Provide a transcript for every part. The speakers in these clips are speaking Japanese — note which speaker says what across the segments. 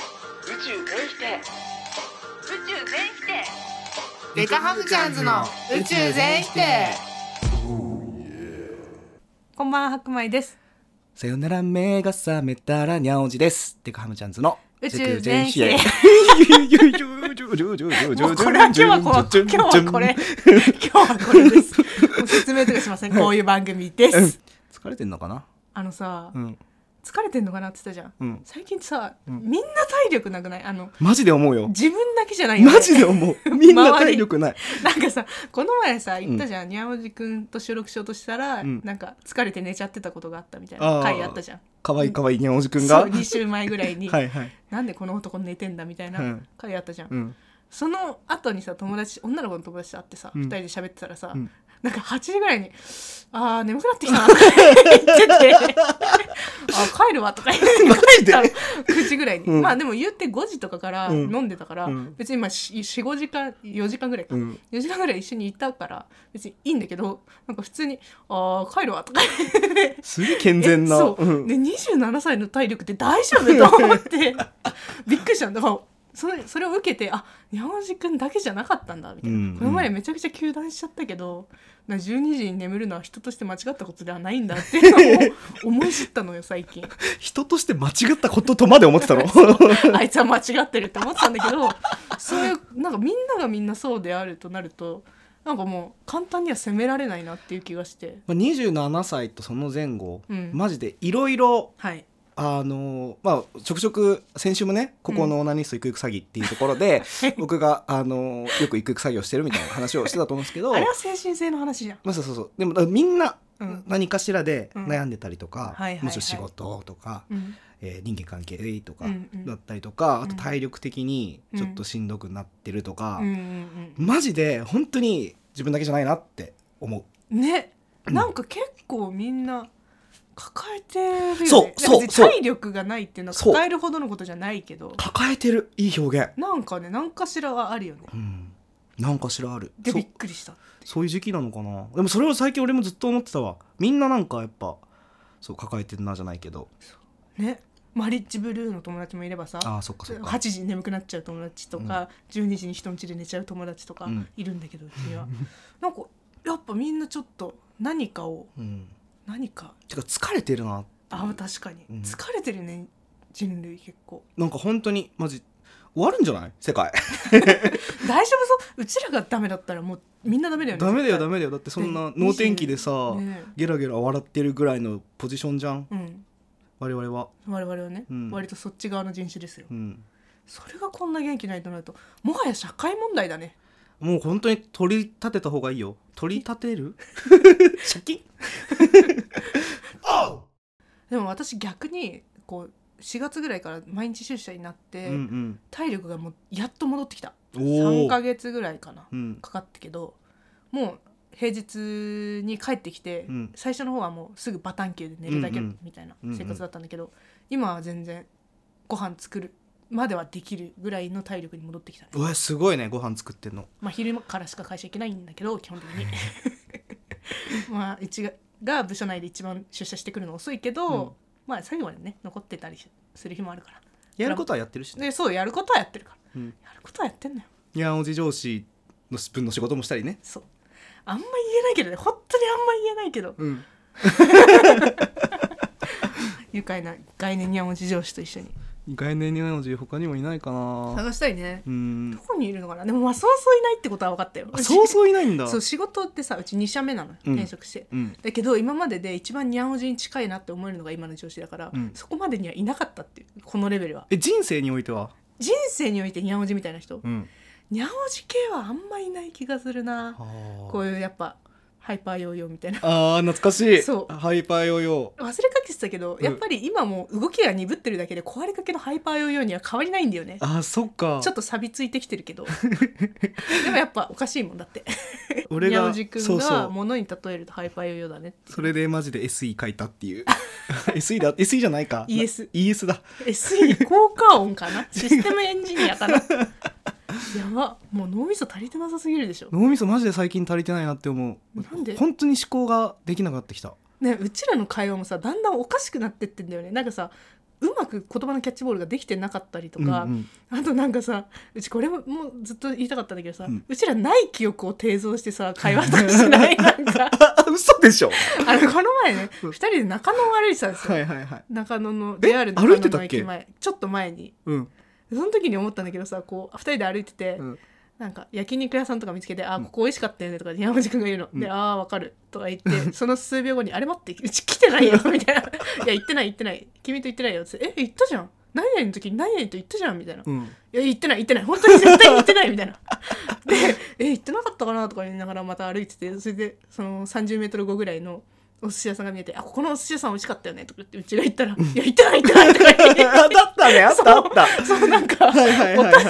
Speaker 1: 宙全否定宇宙全否定
Speaker 2: デカハムチャンズの宇宙全否定
Speaker 3: こんばんは白米です
Speaker 4: さよなら目が覚めたらにゃおじです。てかハムちゃんズの
Speaker 3: 宇宙全 否定。もうこ
Speaker 4: こ
Speaker 3: れは今日はこう今日はこれ今日はこれですもう説明とかしませんこういう番組です
Speaker 4: 疲れてんのかな
Speaker 3: あのさ
Speaker 4: うん。
Speaker 3: 疲れてんのかなって言ったじゃん
Speaker 4: うん。
Speaker 3: 最近さみんな体力なくないあの
Speaker 4: マジで思うよ。
Speaker 3: 自分だけじゃないよね
Speaker 4: マジで思う。みんな体力ない。
Speaker 3: なんかさこの前さ言ったじゃん、にゃおじくんと収録しようとしたら、
Speaker 4: ん
Speaker 3: なんか疲れて寝ちゃってたことがあったみたいな回あったじゃん
Speaker 4: かわいいかわいいにゃおじくん
Speaker 3: そ
Speaker 4: が。
Speaker 3: う2週前ぐらいに、
Speaker 4: はいはい。
Speaker 3: なんでこの男寝てんだみたいな
Speaker 4: うん
Speaker 3: 回あったじゃん、
Speaker 4: うん。
Speaker 3: その後にさ友達女の子の友達と会ってさ、
Speaker 4: うん
Speaker 3: 2人で喋ってたらさ、
Speaker 4: うん
Speaker 3: なんか8時ぐらいに「あー眠くなってきた」とか言って て「あ帰るわ」とか言って帰ったの9時ぐらいに、
Speaker 4: うん
Speaker 3: まあでも言って5時とかから
Speaker 4: うん
Speaker 3: 飲んでたから、
Speaker 4: うん
Speaker 3: 別にまあ45時間4時間ぐらいか、
Speaker 4: うん
Speaker 3: 4時間ぐらい一緒にいたから別にいいんだけどなんか普通に「あー帰るわ」とか
Speaker 4: すげえ健全な。
Speaker 3: そう、
Speaker 4: うん
Speaker 3: で27歳の体力って大丈夫と思って びっくりしたんだからそれそれを受けてあ山地君だけじゃなかったんだみたいな、
Speaker 4: うん
Speaker 3: この前めちゃくちゃ休断しちゃったけどな12時に眠るのは人として間違ったことではないんだっていうのを 思い知ったのよ最 近
Speaker 4: 人として間違ったこととまで思ってた の
Speaker 3: あいつは間違ってるって思ってたんだけどそういうなんかみんながみんなそうであるとなるとなんかもう簡単には責められないなっていう気がして
Speaker 4: まあ27歳とその前後、
Speaker 3: うん
Speaker 4: マジでいろいろ
Speaker 3: はい
Speaker 4: あのまあちょくちょく先週もねここのオナニスト行く行く詐欺っていうところで、 僕があのよく行く行く詐欺をしてるみたいな話をしてたと思うんですけど
Speaker 3: あれは精神性の話じゃん、
Speaker 4: まあそうそうそうでもだからみんな
Speaker 3: うん
Speaker 4: 何かしらで
Speaker 3: うん
Speaker 4: 悩んでたりとか、
Speaker 3: はいはいはい
Speaker 4: もちろん仕事とか、
Speaker 3: うん
Speaker 4: えー人間関係とか
Speaker 3: うんうん
Speaker 4: だったりとか、
Speaker 3: ん
Speaker 4: あと体力的にちょっとしんどくなってるとか、
Speaker 3: うんうん
Speaker 4: マジで本当に自分だけじゃないなって思う。
Speaker 3: うん、ねなんか結構みんな抱えてるよね
Speaker 4: そうそう
Speaker 3: 別に
Speaker 4: そう
Speaker 3: 体力がないっていうのは
Speaker 4: そう
Speaker 3: 抱えるほどのことじゃないけど
Speaker 4: 抱えてるいい表現、
Speaker 3: なんかね何かしらはあるよね
Speaker 4: うん、なんかしらある
Speaker 3: で
Speaker 4: そ
Speaker 3: び
Speaker 4: う
Speaker 3: っくりした
Speaker 4: そういう時期なのかなでもそれを最近俺もずっと思ってたわみんななんかやっぱそう抱えてるなじゃないけど
Speaker 3: ねマリッジブルーの友達もいればさ
Speaker 4: ああそっかそっ
Speaker 3: 8
Speaker 4: か
Speaker 3: 時に眠くなっちゃう友達とか、12時に人ん家で寝ちゃう友達とか
Speaker 4: うん
Speaker 3: いるんだけど、うち にはなんかやっぱみんなちょっと何かを
Speaker 4: うん
Speaker 3: 何か
Speaker 4: てか疲れてるな
Speaker 3: あ確かに、
Speaker 4: うん
Speaker 3: 疲れてるね人類結構
Speaker 4: なんか本当にマジ終わるんじゃない世界
Speaker 3: 大丈夫そううちらがダメだったらもうみんなダメだよね
Speaker 4: ダメだよ
Speaker 3: 絶
Speaker 4: ダメだよだってそんな
Speaker 3: ね
Speaker 4: 能天気でさ、
Speaker 3: ね
Speaker 4: ゲラゲラ笑ってるぐらいのポジションじゃん
Speaker 3: 対うん
Speaker 4: 我々は
Speaker 3: 我々はね、
Speaker 4: うん
Speaker 3: 割とそっち側の人種ですよ
Speaker 4: うん
Speaker 3: それがこんな元気ないとなるともはや社会問題だね
Speaker 4: もう本当に取り立てた方がいいよ取り立て るシャキ
Speaker 3: でも私逆にこう4月ぐらいから毎日出社になって、
Speaker 4: うん
Speaker 3: 体力がもうやっと戻ってきた
Speaker 4: うん
Speaker 3: 3
Speaker 4: お
Speaker 3: ヶ
Speaker 4: お
Speaker 3: 月ぐらいかな
Speaker 4: うん
Speaker 3: かかったけどもう平日に帰ってきて、
Speaker 4: うん
Speaker 3: 最初の方はもうすぐバタン球で寝るだけ
Speaker 4: うんうん
Speaker 3: みたいな生活だったんだけど、今は全然ご飯作るまではできるぐらいの体力に戻ってきたね、
Speaker 4: うわすごいねご飯作ってんの
Speaker 3: まあ、昼間からしか会社行けないんだけど基本的 にまあうちがが部署内で一番出社してくるの遅いけど、
Speaker 4: うん
Speaker 3: まあ最後までね残ってたりしする日もあるから
Speaker 4: やることはやってるしね
Speaker 3: でそうやることはやってるから、
Speaker 4: うん
Speaker 3: やることはやってんのよ
Speaker 4: にゃんおじ上司のスプーンの仕事もしたりね。
Speaker 3: そうあんま言えないけどね本当にあんま言えないけど
Speaker 4: うん。
Speaker 3: 愉快な概念にゃんおじ上司と一緒に
Speaker 4: 概念にゃんおじ他にもいないかな。
Speaker 3: 探したいね
Speaker 4: う
Speaker 3: ど
Speaker 4: ん。
Speaker 3: こにいるのかなでもまあそうそういないってことは分かったよ
Speaker 4: あそう
Speaker 3: う
Speaker 4: そういないんだ。
Speaker 3: そう仕事ってさうち2社目なのよ
Speaker 4: うん
Speaker 3: 転職して、
Speaker 4: うん。
Speaker 3: だけど今までで一番にゃんおじに近いなって思えるのが今の上司だから、
Speaker 4: うん
Speaker 3: そこまでにはいなかったっていうこのレベルは
Speaker 4: え人生においては。
Speaker 3: 人生においてにゃんおじみたいな人、
Speaker 4: うん。
Speaker 3: にゃんおじ系はあんまいない気がするなこういうやっぱハイパーヨーヨーみたいな
Speaker 4: あー懐かしい。
Speaker 3: そう
Speaker 4: ハイパーヨーヨ
Speaker 3: 忘れかけてたけど、
Speaker 4: うん
Speaker 3: やっぱり今も動きが鈍ってるだけで壊れかけのハイパーヨーヨーには変わりないんだよね
Speaker 4: ー。あーそっか。
Speaker 3: ちょっと錆びついてきて るけどでもやっぱおかしいもんだって
Speaker 4: 俺
Speaker 3: 宮
Speaker 4: が
Speaker 3: 尾く君
Speaker 4: そう
Speaker 3: が
Speaker 4: そう。
Speaker 3: 物に例えるとハイパーヨーヨーだねって
Speaker 4: それでマジで SE 書いたっていう。SE だ SE じゃない か。
Speaker 3: ES。
Speaker 4: ES だ。
Speaker 3: SE 効果音か なシステムエンジニアかなやばもう脳みそ足りてなさすぎるでしょ、
Speaker 4: 脳みそマジで最近足りてないなって思う。
Speaker 3: なんで
Speaker 4: 本当に思考ができなくなってきた。
Speaker 3: ね、うちらの会話もさだんだんおかしくなってってんだよねなんかさうまく言葉のキャッチボールができてなかったりとか、
Speaker 4: うんうん
Speaker 3: あとなんかさうちこれももうずっと言いたかったんだけどさ、
Speaker 4: う
Speaker 3: うんちらない記憶を定蔵して さ会話とかしてないなんか
Speaker 4: あ嘘でしょ
Speaker 3: あのこの前ね2人で中野を歩いてたんですよ、
Speaker 4: はいはいはい
Speaker 3: 中野の
Speaker 4: え
Speaker 3: JR 中
Speaker 4: 歩いて
Speaker 3: 野
Speaker 4: た
Speaker 3: の
Speaker 4: っけ
Speaker 3: 駅前ちょっと前に
Speaker 4: うん
Speaker 3: その時に思ったんだけどさこう2人で歩いてて、
Speaker 4: うん
Speaker 3: なんか焼肉屋さんとか見つけて「あここ美味しかったよね」とか山口くんが言うの「
Speaker 4: うん
Speaker 3: でああわかる」とか言って その数秒後に「あれ待ってうち来てな いよ」みたいな「いや行ってない行ってない君と行ってないよ」ってえ行ったじゃん何々の時に何々と行ったじゃん」みたいな「
Speaker 4: うん
Speaker 3: いや行ってない行ってない本当に絶対行ってない」みたいな 「でえ行ってなかったかな」とか言いながらまた歩いててそれでその3 0ル後ぐらいのお寿司屋さんが見えて「あここのお寿司屋さん美味しかったよね」とか言ってうちが行ったら「いや行ってない行ってない」とか言って
Speaker 4: あだった ねあったあった
Speaker 3: そうなんか、
Speaker 4: はいはいはいはい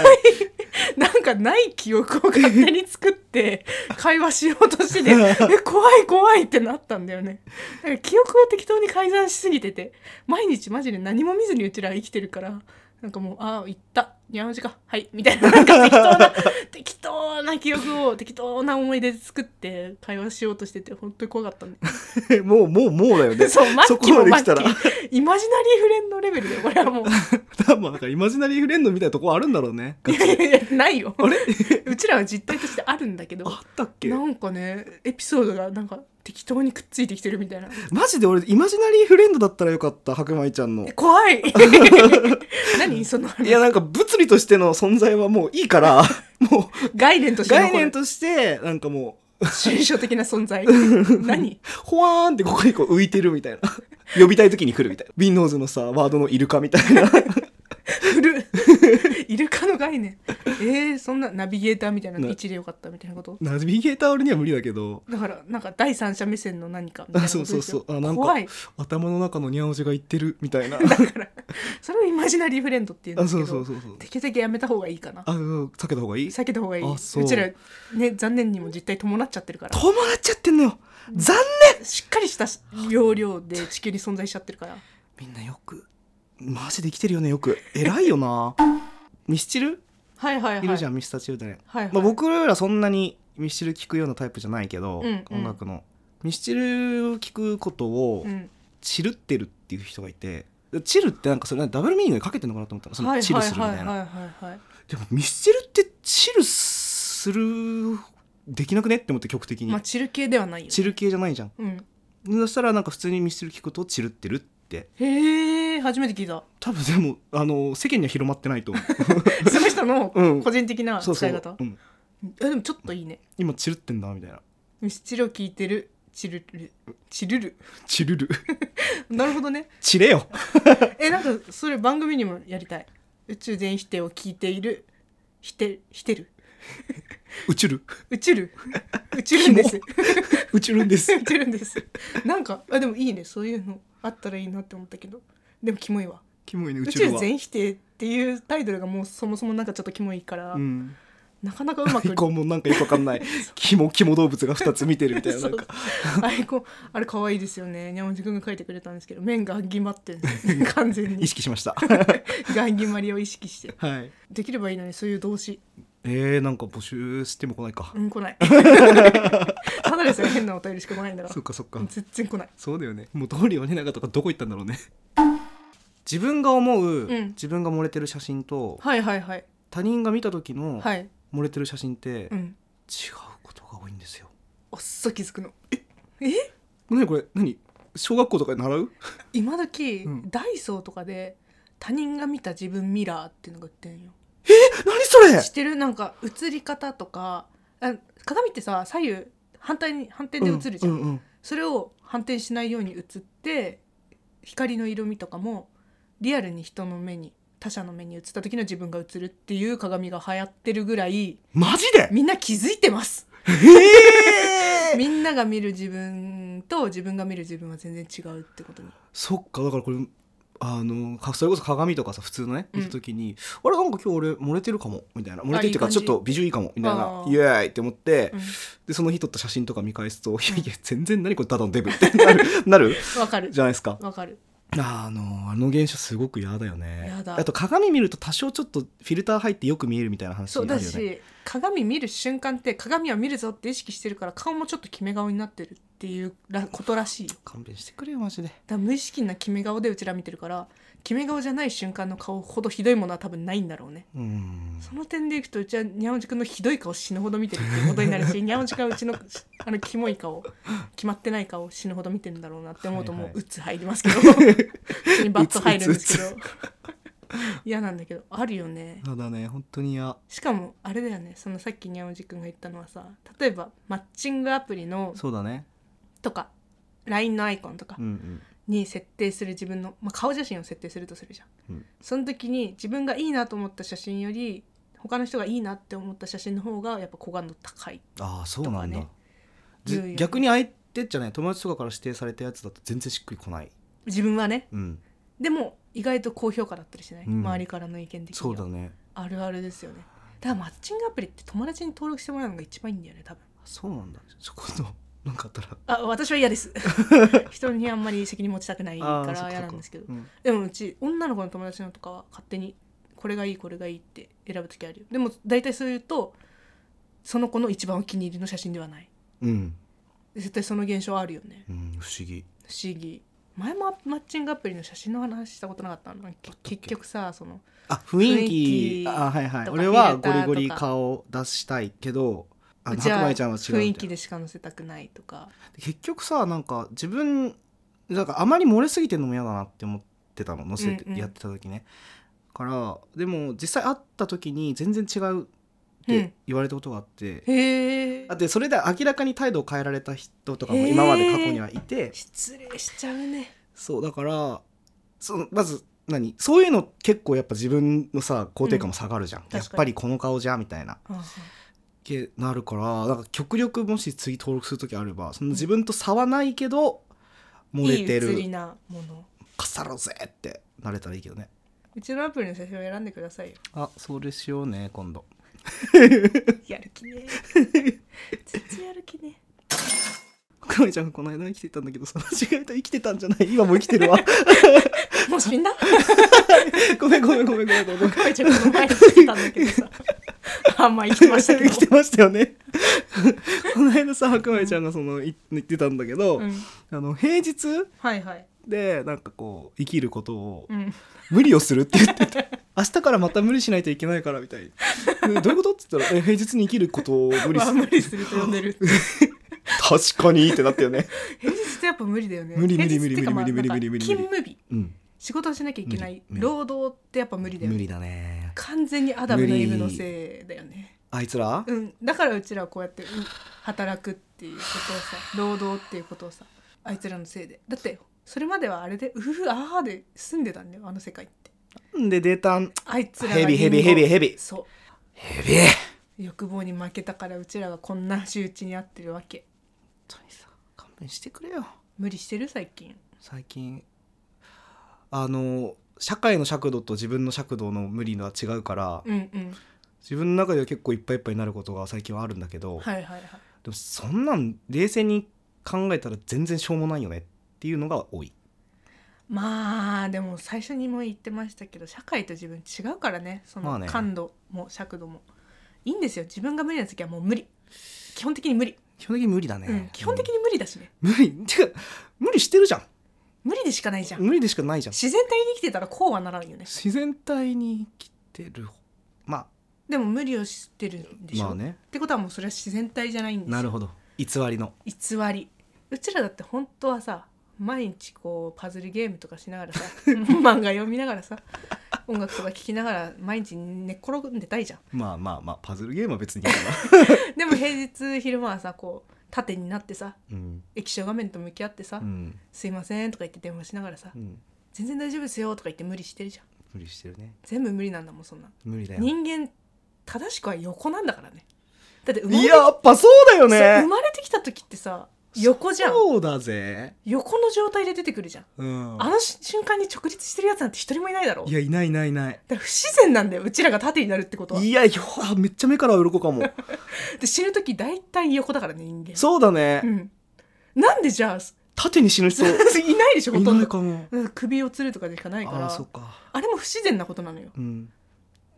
Speaker 3: なんかない記憶を勝手に作って会話しようとしてて え怖い怖いってなったんだよねだから記憶を適当に改ざんしすぎてて毎日マジで何も見ずにうちら生きてるからなんかもうああ行った山口かはいみたいななんか適当な 適当な記憶を適当な思い出で作って会話しようとしてて本当に怖かったね
Speaker 4: もうもうもうだよね
Speaker 3: そう末
Speaker 4: そ
Speaker 3: 期
Speaker 4: こ
Speaker 3: も
Speaker 4: まで
Speaker 3: 末
Speaker 4: 来
Speaker 3: 期
Speaker 4: たら
Speaker 3: イマジナリーフレンドレベルでこれはもう
Speaker 4: 多分なんかイマジナリーフレンドみたいなとこあるんだろうね
Speaker 3: いやいやいやないよあれ うちらは実態としてあるんだけど
Speaker 4: あったっけ
Speaker 3: なんかねエピソードがなんか適当にくっついてきてるみたいな
Speaker 4: マジで俺イマジナリーフレンドだったらよかった白米ちゃんの
Speaker 3: え怖 い何その話
Speaker 4: いやなんか物理としての存在はもういいから もう
Speaker 3: 概念として
Speaker 4: 概
Speaker 3: 残
Speaker 4: 念
Speaker 3: る
Speaker 4: としてなんかもう
Speaker 3: 抽象的な 存在何
Speaker 4: ほわーんってここにこう浮いてるみたいな呼びたい時に来るみたいなビンノーズのさワードのイルカみたいな
Speaker 3: 古っイルカの概念えー、そんなナビゲーターみたいな
Speaker 4: な
Speaker 3: 位置でよかったみたいなこと
Speaker 4: ナビゲーター俺には無理だけど
Speaker 3: だからなんか第三者目線の何かみたい
Speaker 4: あ
Speaker 3: なこと
Speaker 4: そう
Speaker 3: です
Speaker 4: そ
Speaker 3: よ
Speaker 4: うそうあなんか
Speaker 3: 怖い
Speaker 4: 頭の中のニャンオジが言ってるみ たいな
Speaker 3: それをイマジナリーフレンドっていうん
Speaker 4: あ
Speaker 3: です
Speaker 4: そ
Speaker 3: け
Speaker 4: うそう
Speaker 3: ど
Speaker 4: そうそう
Speaker 3: テケテケやめた方がいいかな
Speaker 4: あうん避けた方がいい
Speaker 3: 避けた方がいい
Speaker 4: あ
Speaker 3: う
Speaker 4: そう
Speaker 3: ちらね残念にも実態伴っちゃってるから
Speaker 4: 友達ちゃってんのよ残
Speaker 3: しっかりした容量で地球に存在しちゃってるから
Speaker 4: 念みんなよくマジで生きてるよねよく偉いよ なミスチル
Speaker 3: はいはいはい
Speaker 4: いるじゃ
Speaker 3: ん
Speaker 4: ん、ミスターチルドレン
Speaker 3: はいはい、
Speaker 4: まあ、僕らそんなにミスチル聴くようなタイプじゃないけど、
Speaker 3: うんうん
Speaker 4: 音楽のミスチルを聴くことを
Speaker 3: うん
Speaker 4: チルってるっていう人がいてチルってなんかそれダブルミーニングにかけてるのかなと思ったのそのチルするみたい
Speaker 3: は
Speaker 4: ない
Speaker 3: はいはいはいはい
Speaker 4: でもミスチルってチルするできなくねって思って曲的に、
Speaker 3: まあチル系ではないよね
Speaker 4: チル系じゃないじゃん
Speaker 3: うん
Speaker 4: そしたらなんか普通にミスチル聴くとチルってるって
Speaker 3: へえ初めて聞い た
Speaker 4: 多分でもあの世間には広まってないと 思う
Speaker 3: その人の
Speaker 4: うん
Speaker 3: 個人的な使
Speaker 4: そうそ
Speaker 3: いう方、、
Speaker 4: うん、
Speaker 3: えでもちょっといいね
Speaker 4: 今チルってんだみたいな
Speaker 3: ミスチルを聞いてるチルルチルル
Speaker 4: チルる
Speaker 3: なるほどね
Speaker 4: チレよ
Speaker 3: えなんかそれ番組にもやりたい宇宙全否定を聞いている否定否てる
Speaker 4: うちる
Speaker 3: 宇 宙る宇宙るんです
Speaker 4: うちるん です
Speaker 3: 言ってるんですなんかあでもいいねそういうのあったらいいなって思ったけどでもキモいわ
Speaker 4: キモいね
Speaker 3: 宇
Speaker 4: 宇
Speaker 3: 宙
Speaker 4: 宙は
Speaker 3: 全否定っていうタイトルがもうそもそもなんかちょっとキモいから、
Speaker 4: うん、
Speaker 3: なかなかうま
Speaker 4: ア
Speaker 3: く
Speaker 4: イコンもなんかよくわかん ないキモキモ動物が2つ見てるみたいな
Speaker 3: そ
Speaker 4: な
Speaker 3: うん
Speaker 4: か
Speaker 3: アイコンあれ可愛いですよねにゃもじくんが書いてくれたんですけど面がぎまってるんですよ完全
Speaker 4: 意
Speaker 3: に
Speaker 4: 識しま した
Speaker 3: ガンギマリを意識して
Speaker 4: はい
Speaker 3: できればいいのにそういう動詞
Speaker 4: えー、なんか募集しても来ないか、
Speaker 3: うん来ないただですよ変なお便りしか来ないんだか
Speaker 4: そっかそっから
Speaker 3: 全然来ない
Speaker 4: そうだよねもう通りをねなかとかどこ行ったんだ ろうね自分が思う、
Speaker 3: ん
Speaker 4: 自分が漏れてる写真と
Speaker 3: はいはいはい
Speaker 4: 他人が見た時の
Speaker 3: はい
Speaker 4: 漏れてる写真って違う
Speaker 3: うん
Speaker 4: ことが多いんですよ、
Speaker 3: おっそ気づくの
Speaker 4: 何これ何小学校とかで習う
Speaker 3: 今時、
Speaker 4: うん
Speaker 3: ダイソーとかで他人が見た自分ミラーっていうのが売ってんよ
Speaker 4: 何それ
Speaker 3: 知ってるなんか映り方とかあ鏡ってさ左右反対に反転で映るじゃん、
Speaker 4: うんうんうん
Speaker 3: それを反転しないように映って光の色味とかもリアルに人の目に他者の目に映った時の自分が映るっていう鏡が流行ってるぐらい
Speaker 4: マジで
Speaker 3: みんな気づいてます
Speaker 4: えー、
Speaker 3: みんなが見る自分と自分が見る自分は全然違うってことに
Speaker 4: そっかだからこれあのかそれこそ鏡とかさ普通のね
Speaker 3: うん
Speaker 4: 見た時に、あれなんか今日俺漏れてるかもみたいな漏れてるっていうか
Speaker 3: いい感
Speaker 4: ち
Speaker 3: じ
Speaker 4: ょっとビジュいいかもみたいな
Speaker 3: あー
Speaker 4: イエーイって思って、
Speaker 3: うん
Speaker 4: でその日撮った写真とか見返すと、 いやいや全然何これただのデブってなる なる
Speaker 3: わかる
Speaker 4: じゃないですか
Speaker 3: わかる
Speaker 4: あのあの現象すごく嫌だよね
Speaker 3: 嫌だ
Speaker 4: あと鏡見ると多少ちょっとフィルター入ってよく見えるみたいな話
Speaker 3: そ
Speaker 4: あ
Speaker 3: う
Speaker 4: るよ
Speaker 3: だ
Speaker 4: ね
Speaker 3: し、鏡見る瞬間って鏡は見るぞって意識してるから顔もちょっと決め顔になってるっていうらことらしいよだか
Speaker 4: 勘弁してくれよマジで
Speaker 3: ら無意識な決め顔でうちら見てるから決め顔じゃない瞬間の顔ほどひどいものは多分ないんだろうね
Speaker 4: うん
Speaker 3: その点でいくとうちはにゃおじくんのひどい顔死ぬほど見てるっていうことになるしにゃおじくんはうちのあのキモい顔決まってない顔死ぬほど見てるんだろうなって思うとも
Speaker 4: は
Speaker 3: う
Speaker 4: いは
Speaker 3: うつ入りますけど普通にバッと入るんですけ
Speaker 4: う
Speaker 3: ど嫌なんだけどあるよね
Speaker 4: そうだね本当にや
Speaker 3: しかもあれだよねそのさっきにゃおじくんが言ったのはさ例えばマッチングアプリの
Speaker 4: そうだね
Speaker 3: とか LINE のアイコンとか
Speaker 4: うんうん
Speaker 3: に設定する自分の、まあ、顔写真を設定するとするじゃん、
Speaker 4: うん
Speaker 3: その時に自分がいいなと思った写真より他の人がいいなって思った写真の方がやっぱ好感度高い
Speaker 4: ああそうなんだ、
Speaker 3: とかね
Speaker 4: じ
Speaker 3: 言うよね
Speaker 4: 逆に相手じゃない友達とかから指定されたやつだと全然しっくりこない、
Speaker 3: 自分はね
Speaker 4: うん、
Speaker 3: でも意外と高評価だったりしない、
Speaker 4: うん
Speaker 3: 周りからの意見的に
Speaker 4: そう
Speaker 3: は
Speaker 4: だね
Speaker 3: あるあるですよねだからマッチングアプリって友達に登録してもらうのが一番いいんだよね多分
Speaker 4: そうなんだそこのなんかあったら
Speaker 3: あ私は嫌です 人にあんまり責任持ちたくない
Speaker 4: あー
Speaker 3: か
Speaker 4: そっかそっか
Speaker 3: ら嫌なんですけど
Speaker 4: うん
Speaker 3: でもうち女の子の友達のとかは勝手にこれがいいこれがいいって選ぶ時あるよでも大体そう言うとその子の一番お気に入りの写真ではない
Speaker 4: うん、
Speaker 3: 絶対その現象あるよね
Speaker 4: うん、不思議
Speaker 3: 不思議前もマッチングアプリの写真の話したことなかったのけ結局さその
Speaker 4: あ雰囲気
Speaker 3: 雰囲気
Speaker 4: あはいはい
Speaker 3: とか
Speaker 4: 俺は
Speaker 3: フィルタ
Speaker 4: ゴ
Speaker 3: ー
Speaker 4: リゴリ
Speaker 3: とか
Speaker 4: 顔を出したいけどあの
Speaker 3: じ
Speaker 4: 白
Speaker 3: ゃあ
Speaker 4: 米ちゃんは違う
Speaker 3: 雰囲
Speaker 4: みた
Speaker 3: 気
Speaker 4: いな
Speaker 3: でしか載せたくないとか
Speaker 4: 結局さなんか自分なんかあまり漏れすぎてるのも嫌だなって思ってたの乗せて、
Speaker 3: うんうん
Speaker 4: やってた時ねからでも実際会った時に全然違うって言われたことがあって、
Speaker 3: へえ
Speaker 4: あでそれで明らかに態度を変えられた人とかも
Speaker 3: へー
Speaker 4: 今まで過去にはいて
Speaker 3: 失礼しちゃうね
Speaker 4: そうだからそのまず何そういうの結構やっぱ自分のさ肯定感も下がるじゃん、
Speaker 3: 確か
Speaker 4: や
Speaker 3: に
Speaker 4: っぱりこの顔じゃみたいな
Speaker 3: あ
Speaker 4: けなるからなんか極力もし次登録する時あればその自分と差はないけど
Speaker 3: い
Speaker 4: 漏れ
Speaker 3: い
Speaker 4: てる
Speaker 3: 写りなもの
Speaker 4: かっさろうぜってなれたらいいけどね
Speaker 3: うちのアプリの写真を選んでくださいよ
Speaker 4: あそれしようね今度
Speaker 3: やる 気ね全然やる気ね
Speaker 4: かめちゃんこの間生きてたんだけどさ間違いと生きてたんじゃない今も生きてるわ
Speaker 3: もう死んだ
Speaker 4: ごめんごめんごめんごめんごめん
Speaker 3: かめちゃんこの前に来てたんだけど さあんまあ生きてましたけ
Speaker 4: 生
Speaker 3: ど
Speaker 4: きてましたよね この間さ白米ちゃんがそのい言ってたんだけど、
Speaker 3: うん、
Speaker 4: あの平日
Speaker 3: はいはい、
Speaker 4: でなんかこう生きることを
Speaker 3: うん、
Speaker 4: 無理をするって言ってた明日からまた無理しないといけないからみたいにえどういうことって言ったらえ平日に生きることを無理
Speaker 3: まあ
Speaker 4: す
Speaker 3: 無
Speaker 4: る
Speaker 3: 理すると呼んでる
Speaker 4: 確かにってなったよね、
Speaker 3: 平日ってやっぱ無理だ よね
Speaker 4: 無理無理
Speaker 3: 平日っていうか
Speaker 4: 無理無理
Speaker 3: まあ
Speaker 4: 無理無理無理無理
Speaker 3: なんか勤務日
Speaker 4: うん、
Speaker 3: 仕事をしなきゃいけな
Speaker 4: 無
Speaker 3: い
Speaker 4: 理無理
Speaker 3: 労働ってやっぱ無理だよ
Speaker 4: 無
Speaker 3: ね
Speaker 4: 理だね
Speaker 3: 完全にアダムのイブのせいだよね
Speaker 4: あいつら
Speaker 3: うんだからうちらはこうやってう働くっていうことをさ労働っていうことをさあいつらのせいでだってそれまではあれでうふふああで住んでたんだよあの世界って
Speaker 4: で出たん
Speaker 3: あいつらが
Speaker 4: ヘビヘビ
Speaker 3: リンゴ
Speaker 4: ヘビヘビ
Speaker 3: そう
Speaker 4: ヘビ本
Speaker 3: 欲望に負けたからうちらがこんな仕打ちに合ってるわけ
Speaker 4: 当にさ勘弁してくれよ
Speaker 3: 無理してる最近
Speaker 4: 最近あの社会の尺度と自分の尺度の無理のは違うから、
Speaker 3: うんうん
Speaker 4: 自分の中では結構いっぱいいっぱいになることが最近はあるんだけど、
Speaker 3: はいはいはい
Speaker 4: でもそんなん冷静に考えたら全然しょうもないよねっていうのが多い
Speaker 3: まあでも最初にも言ってましたけど社会と自分違うからねそ
Speaker 4: まあ
Speaker 3: の
Speaker 4: ね
Speaker 3: 感度も尺度も、いいんですよ自分が無理な時はもう無理基本的に無理、
Speaker 4: 基本的に無理だね、
Speaker 3: うん、基本的に無理だしね
Speaker 4: 無理てか無理してるじゃん
Speaker 3: 無理でしかないじゃん
Speaker 4: 無理でしかないじゃん
Speaker 3: 自然体に生きてたらこうはならんよね
Speaker 4: 自然体に生きてるまあ
Speaker 3: でも無理をしてるんでしょ、
Speaker 4: まあね
Speaker 3: ってことはもうそれは自然体じゃないんですよ
Speaker 4: なるほど偽りの
Speaker 3: 偽りうちらだって本当はさ毎日こうパズルゲームとかしながら さ漫画読みながらさ音楽とか聴きながら毎日寝っ転んでたいじゃん
Speaker 4: まあまあまあパズルゲームは別にいいか
Speaker 3: でも平日昼間はさこう縦になってさ
Speaker 4: なうん
Speaker 3: 液晶画面と向き合ってさ「
Speaker 4: うん、
Speaker 3: すいません」とか言って電話しながらさ
Speaker 4: うん、
Speaker 3: 「全然大丈夫ですよ」とか言って無理してるじゃん
Speaker 4: 無理してるね
Speaker 3: 全部無理なんだもんそんな
Speaker 4: 無理だよ
Speaker 3: 人間正しくは横なんだからねだって生まれ
Speaker 4: い
Speaker 3: て
Speaker 4: ややっぱそうだよ
Speaker 3: そう生
Speaker 4: ね
Speaker 3: まれてきた時ってさ横じゃん
Speaker 4: そうだぜ
Speaker 3: 横の状態で出てくるじゃん
Speaker 4: うん
Speaker 3: あのし瞬間に直立してるやつなんて一人もいないだろ
Speaker 4: いやいないいないいない
Speaker 3: だから不自然なんだようちらが縦になるってことはい
Speaker 4: やよめっちゃ目から鱗かも
Speaker 3: で死ぬ時大体横だからね人間
Speaker 4: そうだね、
Speaker 3: うん、なんでじゃあ
Speaker 4: 縦に死ぬ人い
Speaker 3: いないでしょほと
Speaker 4: な
Speaker 3: ん
Speaker 4: い
Speaker 3: ど
Speaker 4: かも
Speaker 3: うん首を吊るとかでしかないから
Speaker 4: あ
Speaker 3: あ
Speaker 4: あそっか
Speaker 3: れも不自然なことなのよ
Speaker 4: うん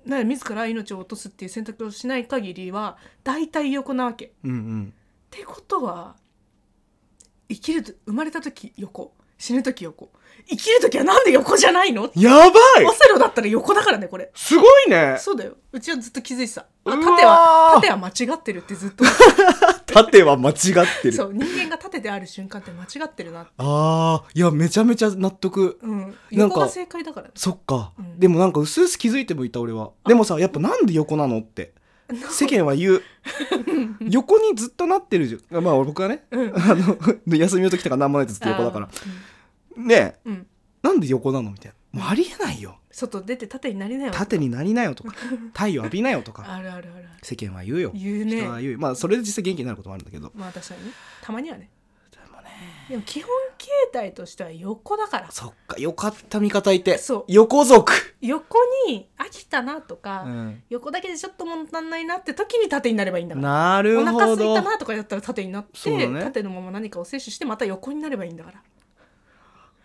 Speaker 3: だから自ら命を落とすっていう選択をしない限りは大体横なわけっ
Speaker 4: うんうん
Speaker 3: てことは生きると生まれた時横死ぬ時横生きる時はなんで横じゃないの
Speaker 4: やばい
Speaker 3: オセロだったら横だからねこれ
Speaker 4: すごいね
Speaker 3: そうだようちはずっと気づいてたあ
Speaker 4: うわー
Speaker 3: 縦は縦は間違ってるってずっ と
Speaker 4: 縦は間違ってる
Speaker 3: そう人間が縦である瞬間って間違ってるな、
Speaker 4: ああいやめちゃめちゃ納得
Speaker 3: うん、
Speaker 4: なんか
Speaker 3: 横が正解だから
Speaker 4: そっか、
Speaker 3: うん
Speaker 4: でもなんかうすうす気づいてもいた俺はでもさやっぱなんで横なの って世間は言う横にずっとなってるじゃんまあ僕は ね
Speaker 3: うん
Speaker 4: あの休みの時とか何もないとずっと 横だから
Speaker 3: あ
Speaker 4: ねえ
Speaker 3: ーうん
Speaker 4: なんで横なのみたいなもうありえないよ
Speaker 3: 外出て縦になりなよ
Speaker 4: 縦になりなよとか太陽浴びなよとか
Speaker 3: あるあるあるある
Speaker 4: 世間は言うよ
Speaker 3: 言う
Speaker 4: 人は
Speaker 3: ね
Speaker 4: 言うまあそれで実際元気になることもあるんだけど
Speaker 3: まあ確かにねたまにはね
Speaker 4: でもね
Speaker 3: でも基本形態としては横だから
Speaker 4: そっかよかった味方いて
Speaker 3: そう
Speaker 4: 横族、
Speaker 3: 横に飽きたなとか、
Speaker 4: うん
Speaker 3: 横だけでちょっと物足んないなって時に縦になればいいんだから
Speaker 4: なるほ
Speaker 3: お
Speaker 4: ど
Speaker 3: 腹空いたなとかだったら縦になっ
Speaker 4: そう
Speaker 3: て、
Speaker 4: だね
Speaker 3: 縦のまま何かを摂取してまた横になればいいんだから、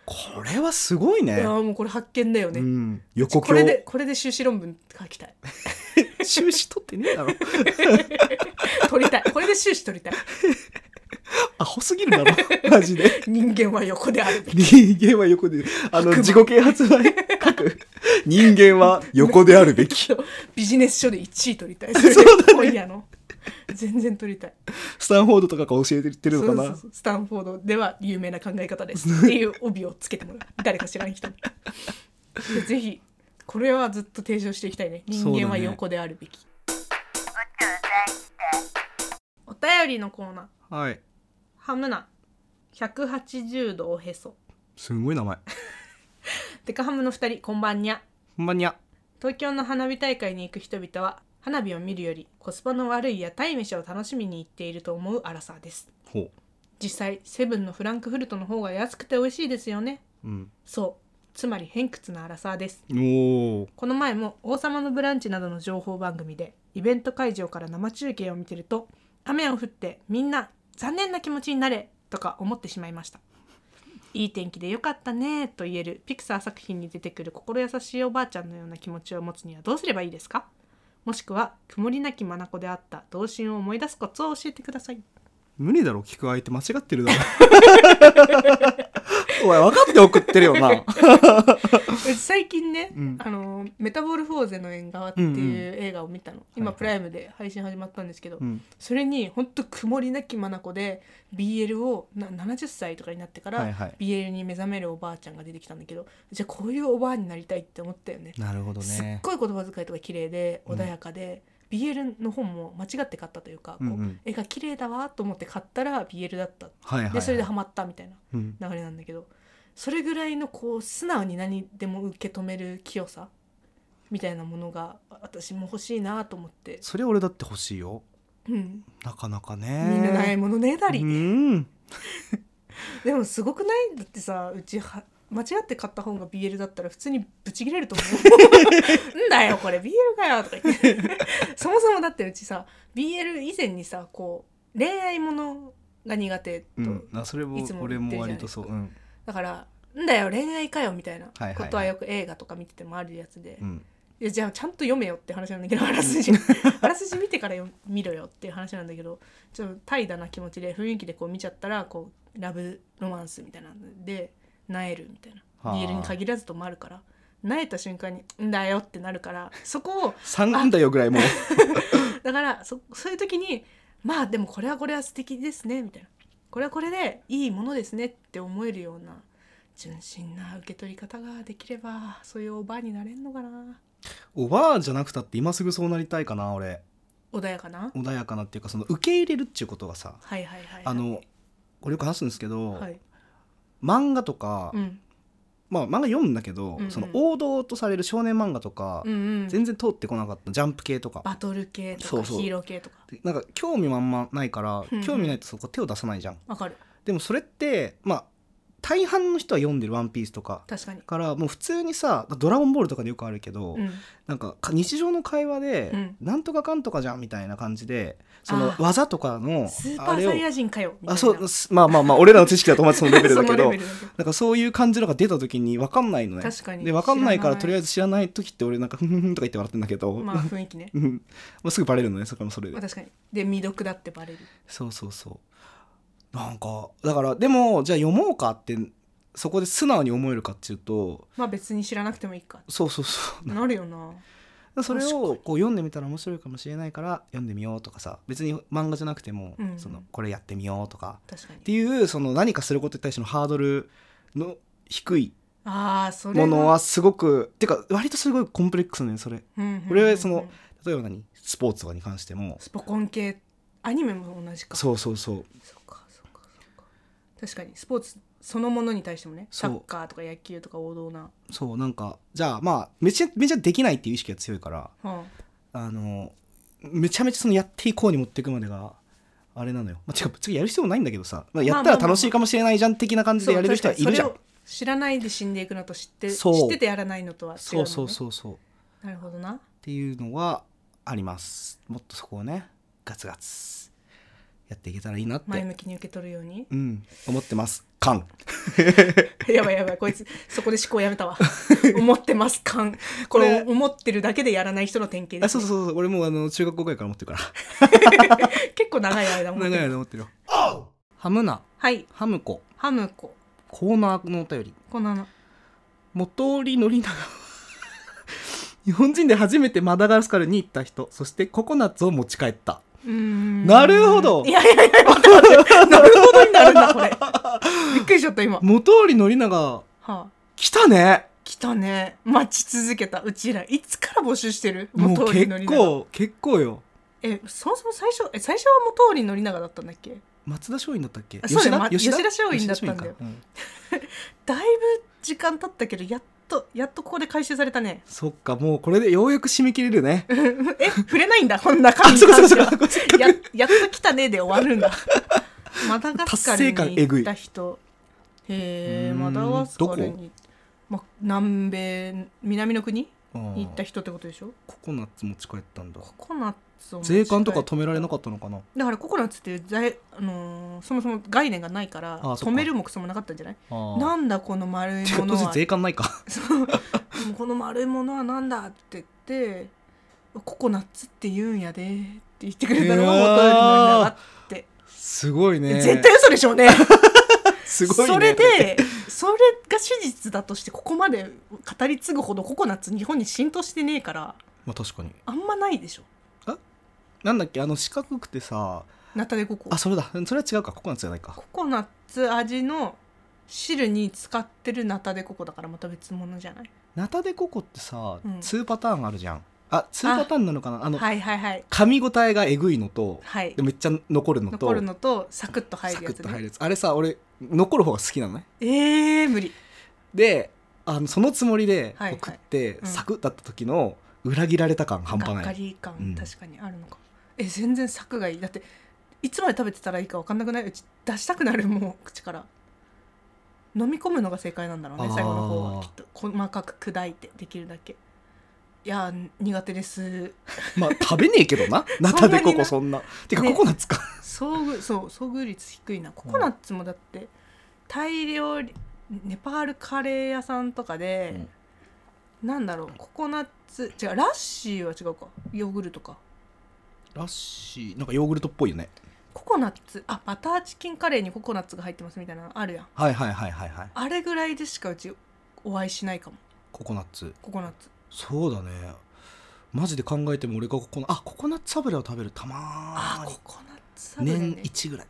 Speaker 4: これはすごいね
Speaker 3: いやーもうこれ発見だよね、
Speaker 4: うん、横
Speaker 3: これでこれで修士論文書きたい
Speaker 4: 修士取ってねえだろ
Speaker 3: 取りたいこれで修士取りたい
Speaker 4: アホすぎるだろ マジで
Speaker 3: 人間は横であるべき
Speaker 4: 人間は横であの自己啓発版書く人間は横であるべき
Speaker 3: ビジネス書で1位取りたい
Speaker 4: そうだね
Speaker 3: 今夜の全然取りたい
Speaker 4: スタンフォードとかが教えてるのかな
Speaker 3: そうそうそうスタンフォードでは有名な考え方ですっていう帯をつけてもらう誰か知らん人にでぜひこれはずっと提唱していきたいね人間は横であるべき、お便りのコーナー
Speaker 4: はい
Speaker 3: ハムナ180度おへそ
Speaker 4: すごい名前
Speaker 3: デカハムの2人こんばんにゃ
Speaker 4: ほんまにゃ
Speaker 3: 東京の花火大会に行く人々は花火を見るよりコスパの悪い屋台飯を楽しみに行っていると思うアラサーです
Speaker 4: ほ
Speaker 3: 実際セブンのフランクフルトの方が安くて美味しいですよね
Speaker 4: う、うん、
Speaker 3: そうつまり偏屈なアラサーです
Speaker 4: おお
Speaker 3: この前も「王様のブランチ」などの情報番組でイベント会場から生中継を見てると雨を降ってみんな残念な気持ちになれとか思ってしまいましたいい天気でよかったねと言えるピクサー作品に出てくる心優しいおばあちゃんのような気持ちを持つにはどうすればいいですかもしくは曇りなき眼であった童心を思い出すコツを教えてください
Speaker 4: 無理だろ聞く相手間違ってるだ ろおい分かって送ってるよ な
Speaker 3: うち 最近ね、
Speaker 4: うん
Speaker 3: あのメタボルフォーゼの縁側っていう映画を見たの、
Speaker 4: はいは
Speaker 3: 今
Speaker 4: い
Speaker 3: プライムで配信始まったんですけど、
Speaker 4: うん
Speaker 3: それに本当曇りなき眼で BL をな70歳とかになってから、
Speaker 4: はいはい
Speaker 3: BL に目覚めるおばあちゃんが出てきたんだけどじゃあこういうおばあになりたいって思ったよね
Speaker 4: なるほど
Speaker 3: すっ
Speaker 4: ね
Speaker 3: ごい言葉遣いとか綺麗で穏やかで、BL の本も間違って買ったというか、こう
Speaker 4: うんうん
Speaker 3: 絵が綺麗だわと思って買ったら BL だった
Speaker 4: はいはい、は
Speaker 3: で
Speaker 4: い、
Speaker 3: それでハマったみたいな
Speaker 4: うん、
Speaker 3: 流れなんだけどそれぐらいのこう素直に何でも受け止める清さみたいなものが私も欲しいなと思って、
Speaker 4: それ俺だって欲しいよ
Speaker 3: うん、
Speaker 4: なかなかね
Speaker 3: みんなないものねだり、
Speaker 4: うん
Speaker 3: でもすごくないだってさうちは間違って買った本が BL だったら普通にブチ切れると思 うんだよこれ BL かよとか言ってそもそもだってうちさ BL 以前にさこう恋愛ものが苦手と、
Speaker 4: うん、あそれも
Speaker 3: いつも
Speaker 4: 俺
Speaker 3: 言って
Speaker 4: も
Speaker 3: るじ
Speaker 4: 割と
Speaker 3: ゃないです
Speaker 4: そ
Speaker 3: か
Speaker 4: う、うん
Speaker 3: だから「んだよ恋愛かよ」みたいな
Speaker 4: はいはいはい
Speaker 3: ことはよく映画とか見ててもあるやつで、
Speaker 4: うん、
Speaker 3: いやじゃあちゃんと読めよって話なんだけどあらすじ あらすじ見てから読見ろよっていう話なんだけどちょっと怠惰な気持ちで雰囲気でこう見ちゃったらこうラブロマンスみたいなのでなえるみたいな
Speaker 4: はあ
Speaker 3: BL に限らずともあるからなえた瞬間に「んだよ」ってな るからそこを
Speaker 4: 3なんだよぐらいもう
Speaker 3: だからそそういう時にまあでもこれはこれは素敵ですねみたいなこれはこれでいいものですねって思えるような純真な受け取り方ができればそういうおばあになれんのかな
Speaker 4: おばあじゃなくたって今すぐそうなりたいかな俺
Speaker 3: 穏やかな
Speaker 4: 穏やかなっていうかその受け入れるっていうことがさ
Speaker 3: はいはいはいはい、
Speaker 4: あのこれよく話すんですけど、
Speaker 3: はい、
Speaker 4: 漫画とか、
Speaker 3: うん、
Speaker 4: まあ漫画読むんだけど、
Speaker 3: うんうん
Speaker 4: その王道とされる少年漫画とか、
Speaker 3: うんうん、
Speaker 4: 全然通ってこなかったジャンプ系とか
Speaker 3: バトル系とか
Speaker 4: そうそう
Speaker 3: ヒーロー系とか
Speaker 4: でなんか興味まんまないから、
Speaker 3: うんうん
Speaker 4: 興味ないとそこ手を出さないじゃん
Speaker 3: わかる
Speaker 4: でもそれってまあ大半の人は読んでる「ワンピースとか
Speaker 3: 確かに
Speaker 4: だからもう普通にさ「ドラゴンボール」とかでよくあるけど、
Speaker 3: うん
Speaker 4: なんかか日常の会話で、
Speaker 3: うん
Speaker 4: なんとかかんとかじゃんみたいな感じでその
Speaker 3: あー
Speaker 4: 技とかの
Speaker 3: スーパ
Speaker 4: あ
Speaker 3: ー
Speaker 4: れを
Speaker 3: サイヤ人かよみたいな
Speaker 4: あそうす まあまあまあ俺らの知識だと思ってそのレベルだけ
Speaker 3: その
Speaker 4: ど
Speaker 3: レベルだけど
Speaker 4: なんかそういう感じのが出た時に分かんないのね
Speaker 3: 確かに
Speaker 4: で分かんないから
Speaker 3: 知ら
Speaker 4: とり
Speaker 3: ない
Speaker 4: あえず知らない時って俺なんか「ふんふんふん」とか言って笑ってんだけど、
Speaker 3: まあ雰囲気ね
Speaker 4: うんもうすぐバレるのねそれもそれ
Speaker 3: まあ
Speaker 4: で
Speaker 3: 確かにで未読だってバレる
Speaker 4: そうそうそうなんかだからでもじゃあ読もうかってそこで素直に思えるかっていうと
Speaker 3: まあ別に知らなくてもいいか
Speaker 4: そうそうそう
Speaker 3: なるよな
Speaker 4: それ
Speaker 3: 確か
Speaker 4: を
Speaker 3: に
Speaker 4: こう読んでみたら面白いかもしれないから読んでみようとかさ別に漫画じゃなくても、
Speaker 3: うん
Speaker 4: そのこれやってみようとか
Speaker 3: 確かに
Speaker 4: っていうその何かすることに対してのハードルの低い
Speaker 3: ああそれ
Speaker 4: ものはすごくてか割とすごいコンプレックスねそれ
Speaker 3: こ
Speaker 4: 俺はその例えば何スポーツとかに関しても
Speaker 3: スポコン系アニメも同じか
Speaker 4: そうそうそう
Speaker 3: そうかそうかそうか確かにスポーツそのものに対してもね
Speaker 4: そ
Speaker 3: サ
Speaker 4: う
Speaker 3: ッカーとか野球とか王道な、
Speaker 4: そうなんかじゃあまあめちゃめちゃできないっていう意識が強いから
Speaker 3: は
Speaker 4: あのめちゃめちゃそのやっていこうに持っていくまでがあれなのよ、まあ、てか別にやる必要もないんだけどさ、まあ、やったら楽しいかもしれないじゃん的な
Speaker 3: あ
Speaker 4: 感じでやれる人はいるじゃん
Speaker 3: そう確かにそれを知らないで死んでいくのと知って
Speaker 4: そう
Speaker 3: 知っててやらないのとは違う
Speaker 4: そう,、
Speaker 3: のね
Speaker 4: そうそうそうっ
Speaker 3: なるほどな
Speaker 4: ていうのはありますもっとそこをねガツガツやっていけたらいいなっ
Speaker 3: 前
Speaker 4: て
Speaker 3: 向きに受け取るように
Speaker 4: うん思ってますカン
Speaker 3: やばいやばいこいつそこで思考やめ たわ思ってます感これ
Speaker 4: こ
Speaker 3: 思ってるだけでやらない人の典型で
Speaker 4: あ
Speaker 3: す
Speaker 4: そう
Speaker 3: ね、
Speaker 4: そうそう俺もうあの中学校ぐらいから持ってるから
Speaker 3: 結構長い間思っ
Speaker 4: 長い
Speaker 3: てる
Speaker 4: 間持ってるよハムナ
Speaker 3: はい
Speaker 4: ハムコ
Speaker 3: ハムコ
Speaker 4: コーナーのお便り
Speaker 3: こんなの
Speaker 4: 元織宣長は日本人で初めてマダガスカルに行った人そしてココナッツを持ち帰った
Speaker 3: うーん
Speaker 4: なるほど
Speaker 3: いやいやいや待って待って なるほど になるんだこれびっくりしちゃった今は
Speaker 4: 元織宣長
Speaker 3: あ
Speaker 4: 来たね
Speaker 3: 来たね待ち続けたうちらいつから募集してる
Speaker 4: も
Speaker 3: 元
Speaker 4: う
Speaker 3: 織
Speaker 4: 結
Speaker 3: 宣長
Speaker 4: 構結構よ
Speaker 3: えそもそも最初え最初は元織宣長だったんだっけ
Speaker 4: 松田松陰だったっけ
Speaker 3: あそうだよま吉田松陰だったん
Speaker 4: 吉田
Speaker 3: だよ
Speaker 4: 松陰かうん
Speaker 3: だいぶ時間経ったけどやっとやっとここで回収されたね
Speaker 4: そっかもうこれでようやく締め切れるね
Speaker 3: え触れないんだこんな感
Speaker 4: あ
Speaker 3: じ
Speaker 4: そっかそっかそっかせっかく
Speaker 3: や やっと来たねで終わるんだマダガスカル
Speaker 4: 達
Speaker 3: に
Speaker 4: 成感えぐ
Speaker 3: 行
Speaker 4: い
Speaker 3: った人へえ
Speaker 4: うーん
Speaker 3: マダガスカル
Speaker 4: どこ
Speaker 3: に、ま、南米南の国
Speaker 4: うん
Speaker 3: に行った人ってことでしょ
Speaker 4: ココナッツ持ち帰ったんだ
Speaker 3: ココナッツを持ち帰
Speaker 4: 税関とか止められなかったのかな
Speaker 3: だからココナッツっていう財、あのーそもそも概念がないから
Speaker 4: あそっか
Speaker 3: 止めるもクソもなかったんじゃない
Speaker 4: あー
Speaker 3: なんだこの丸 い
Speaker 4: てか
Speaker 3: もの
Speaker 4: 当時
Speaker 3: は
Speaker 4: 税関ないか
Speaker 3: そうでもこの丸いものはなんだって言ってココナッツって言うんやでって言ってくれたのが元よりの長って、
Speaker 4: すごいね
Speaker 3: 絶対嘘でしょ うね
Speaker 4: すごいね
Speaker 3: それでそれが史実だとしてここまで語り継ぐほどココナッツ日本に浸透してねえから
Speaker 4: まあ確かに
Speaker 3: あんまないでしょ
Speaker 4: なんだっけあの四角くてさ
Speaker 3: ナタデココ
Speaker 4: あそれだそれは違うかココナッツじゃないか
Speaker 3: ココナッツ味の汁に使ってるナタデココだからまた別物じゃない
Speaker 4: ナタデココってさ、
Speaker 3: うん
Speaker 4: 2パターンあるじゃんあ2パターンなのかなあの、
Speaker 3: はいはいはい
Speaker 4: 噛み応えがえぐいのと
Speaker 3: はい
Speaker 4: でめっちゃ残るのと
Speaker 3: 残るのとサクッと入
Speaker 4: サ
Speaker 3: る
Speaker 4: ク
Speaker 3: や
Speaker 4: ッ
Speaker 3: つ
Speaker 4: と入る
Speaker 3: ね
Speaker 4: やつあれさ俺残る方が好きなのね
Speaker 3: えー、無理
Speaker 4: であのそのつもりで
Speaker 3: はいはい
Speaker 4: 送って、
Speaker 3: うん
Speaker 4: サクッだった時の裏切られた感半端
Speaker 3: がっ
Speaker 4: な
Speaker 3: か
Speaker 4: い
Speaker 3: り感、
Speaker 4: うん
Speaker 3: 確かにあるのかえ全然柵がいいだっていつまで食べてたらいいか分かんなくないうち出したくなるもう口から飲み込むのが正解なんだろうね
Speaker 4: あー
Speaker 3: 最後の方はきっと細かく砕いてできるだけいやー苦手です
Speaker 4: まあ食べねえけどなナタデココそ
Speaker 3: そ
Speaker 4: んなてか、
Speaker 3: ね
Speaker 4: ココナッツか
Speaker 3: 遭遇 そう遭遇率低いなココナッツもだってタイ料理ネパールカレー屋さんとかで、なんだろうココナッツ違うラッシーは違うかヨーグルトか
Speaker 4: ラッシーなんかヨーグルトっぽいよね
Speaker 3: ココナッツあバターチキンカレーにココナッツが入ってますみたいなのあるやん
Speaker 4: はいはいはいはいはい
Speaker 3: あれぐらいでしかうちお会いしないかも
Speaker 4: ココナッツ
Speaker 3: ココナッツ
Speaker 4: そうだねマジで考えても俺がココナあココナッツ油を食べるた
Speaker 3: あ
Speaker 4: まー
Speaker 3: ー
Speaker 4: に
Speaker 3: ココナッツサラダね
Speaker 4: 年一ぐらい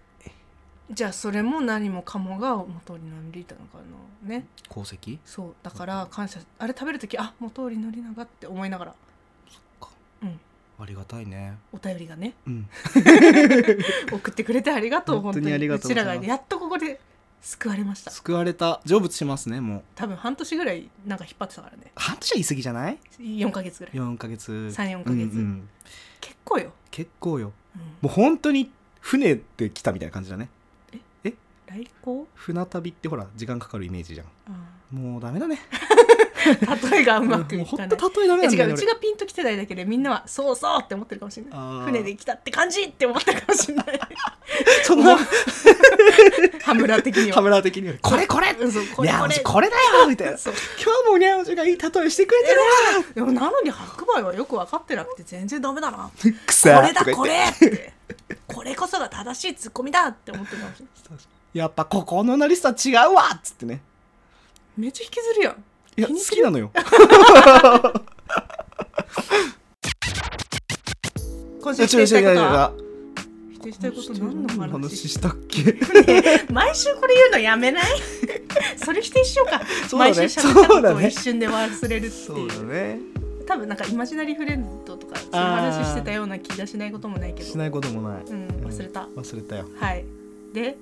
Speaker 3: じゃあそれも何もかもが元にのりたのかなね
Speaker 4: 功績
Speaker 3: そうだから感謝あれ食べる時あ元にのりながって思いながら
Speaker 4: ありがたいね
Speaker 3: お便りがね
Speaker 4: うん
Speaker 3: 送ってくれてありがとう
Speaker 4: 本
Speaker 3: 本
Speaker 4: 当
Speaker 3: 当
Speaker 4: に
Speaker 3: に
Speaker 4: ありがとうございます
Speaker 3: ちらがやっとここで救われました
Speaker 4: 救われた成仏しますねもう
Speaker 3: 多分半年ぐらいなんか引っ張ってたからね
Speaker 4: 半年は言い過ぎじゃない
Speaker 3: 4ヶ月ぐらい
Speaker 4: 4ヶ月
Speaker 3: 34
Speaker 4: うん
Speaker 3: ヶ月
Speaker 4: うん
Speaker 3: 結構よ、
Speaker 4: 結構よ
Speaker 3: うん、
Speaker 4: もう本当に船で来たみたいな感じだね
Speaker 3: 来航
Speaker 4: 船旅ってほら時間かかるイメージじゃん
Speaker 3: あ
Speaker 4: もうダメだね
Speaker 3: ー例えがうまく
Speaker 4: も
Speaker 3: いうか
Speaker 4: ほ
Speaker 3: なんい
Speaker 4: と例えダメ
Speaker 3: え
Speaker 4: なんだ
Speaker 3: 違
Speaker 4: よ
Speaker 3: う
Speaker 4: ね
Speaker 3: うちがピンと来てないだけでみんなは「そうそう!」って思ってるかもしれない
Speaker 4: あー
Speaker 3: 船で来たって感じって思ってるかもしれない
Speaker 4: 俺そんな
Speaker 3: 羽村的に
Speaker 4: カ
Speaker 3: は
Speaker 4: メラ的にはこれこれ
Speaker 3: うんそう こ
Speaker 4: い
Speaker 3: れ
Speaker 4: や
Speaker 3: こ
Speaker 4: お
Speaker 3: れ
Speaker 4: じこれだよみたいな
Speaker 3: そう
Speaker 4: 今日もにゃおじがいい例えしてくれてる
Speaker 3: でもなのに白米はよく分かってなくて全然ダメだなこ
Speaker 4: くそ
Speaker 3: れだ
Speaker 4: とか言って
Speaker 3: これってこれこそが正しいツッコミだって思ってるかもしれない
Speaker 4: やっぱここのナリストは違うわっつってね
Speaker 3: めっちゃ引きずるやん
Speaker 4: いや
Speaker 3: 気
Speaker 4: 好
Speaker 3: にする
Speaker 4: きなのよ
Speaker 3: 今週
Speaker 4: 宇
Speaker 3: 否定
Speaker 4: 宙
Speaker 3: し
Speaker 4: 人
Speaker 3: たい
Speaker 4: が
Speaker 3: ことは
Speaker 4: が
Speaker 3: 否定したいこと何の
Speaker 4: 何
Speaker 3: 話
Speaker 4: したっけ
Speaker 3: 毎週これ言うのやめない それ否定しようか
Speaker 4: そうだ
Speaker 3: 毎
Speaker 4: ね
Speaker 3: 週喋っ
Speaker 4: そ
Speaker 3: たこ
Speaker 4: う
Speaker 3: と
Speaker 4: だ
Speaker 3: を
Speaker 4: ね
Speaker 3: 一瞬で忘れるって
Speaker 4: そ
Speaker 3: いうう
Speaker 4: だね
Speaker 3: 多分なんかイマジナリーフレンドとかそういう話してたような気がしないこともないけど
Speaker 4: しないこともない
Speaker 3: うん忘れた
Speaker 4: 忘れたよ
Speaker 3: はいで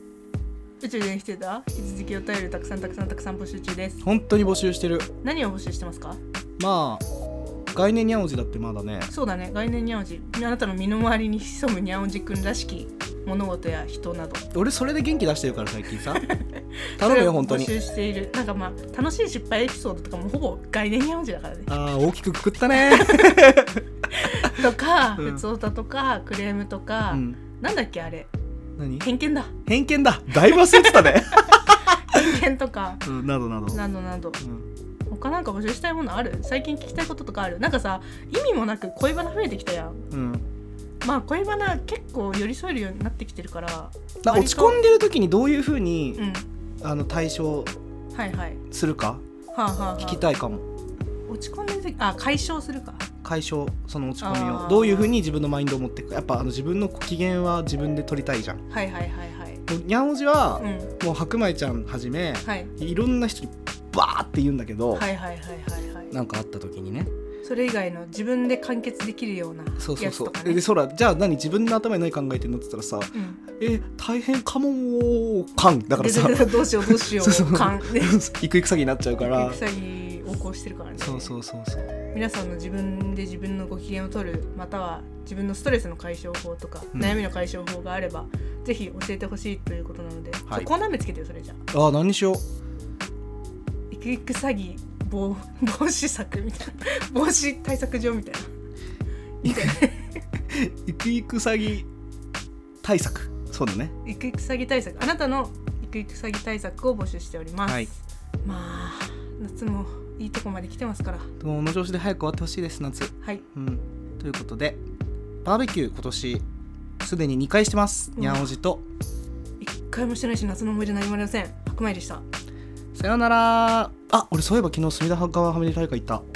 Speaker 3: 宇宙人否定だ引き続きお便りをたくさんたくさんたくさん募集中です
Speaker 4: 本当に募集してる
Speaker 3: 何を募集してますか
Speaker 4: まあ概念にゃんおじだってまだね
Speaker 3: そうだね概念ニャオジあなたの身の回りに潜むニャオジくんらしき物事や人など
Speaker 4: 俺それで元気出してるから最 近さ頼むよ本当に
Speaker 3: それを募集しているなんかまあ楽しい失敗エピソードとかもほぼ概念ニャオジだ からね
Speaker 4: あー大きくくくったね、
Speaker 3: とか、
Speaker 4: うん
Speaker 3: 普通歌とかクレームとか、
Speaker 4: うん、
Speaker 3: なんだっけあれ
Speaker 4: 何
Speaker 3: 偏見だ
Speaker 4: 偏見だだいぶ忘れてたね、
Speaker 3: 偏見とか
Speaker 4: うん、などなど
Speaker 3: などなど
Speaker 4: うん
Speaker 3: 他なんか募集したいものある最近聞きたいこととかあるなんかさ意味もなく恋バナ増えてきたやん
Speaker 4: うん、
Speaker 3: まあ恋バナ結構寄り添えるようになってきてるから
Speaker 4: な落ち込んでる時にどういうふうに
Speaker 3: う、ん
Speaker 4: あの対処
Speaker 3: はいはい
Speaker 4: するか
Speaker 3: はあ、はあはあ、
Speaker 4: 聞きたいかも
Speaker 3: 落ち込んでる時あ解消するか
Speaker 4: 解消その落ち込み
Speaker 3: あ
Speaker 4: を
Speaker 3: ー
Speaker 4: どういうふうに自分のマインドを持っていくかやっぱあの自分の機嫌は自分で取りたいじゃんも
Speaker 3: はいはいはいはいう
Speaker 4: にゃんおじは
Speaker 3: う、ん
Speaker 4: もう白米ちゃんはじめ
Speaker 3: はい
Speaker 4: いろんな人にバーって言うんだけど、
Speaker 3: はいはいはいはいはい
Speaker 4: なんかあった時にね
Speaker 3: それ以外の自分で完結できるような
Speaker 4: そうそ
Speaker 3: や
Speaker 4: う
Speaker 3: つ
Speaker 4: そ
Speaker 3: と
Speaker 4: う、
Speaker 3: か
Speaker 4: で
Speaker 3: ね
Speaker 4: そらじゃあ何自分の頭に何考えてんのって言ったらさ
Speaker 3: うん
Speaker 4: 「え大変かもーかん」だから
Speaker 3: で
Speaker 4: さ
Speaker 3: ででどうしようどうし よ
Speaker 4: そうそう
Speaker 3: う感ね
Speaker 4: 行く行く詐欺になっちゃうから
Speaker 3: 戦に横行してるからね
Speaker 4: そうそうそうそう
Speaker 3: 皆さんの自分で自分のご機嫌を取るまたは自分のストレスの解消法とか、
Speaker 4: うん
Speaker 3: 悩みの解消法があればぜひ教えてほしいということなので、
Speaker 4: はい
Speaker 3: ちょコーナー名つけてよそれじゃあ
Speaker 4: あー何にしよう
Speaker 3: いくいく詐欺防防止策みたいな防止対策上みたいな
Speaker 4: 行く行く詐欺対策そうだね
Speaker 3: いくいく詐欺対策あなたのいくいく詐欺対策を募集しております、
Speaker 4: はい
Speaker 3: まあ夏もいいとこまで来てますから
Speaker 4: この調子で早く終わってほしいです夏
Speaker 3: はい
Speaker 4: うんということでバーベキュー今年すでに2回してます
Speaker 3: うん
Speaker 4: にゃんおじと
Speaker 3: 一回もしてないし夏の思い出何もありません白米でした
Speaker 4: さよならあ俺そういえば昨日隅田川花火大会行った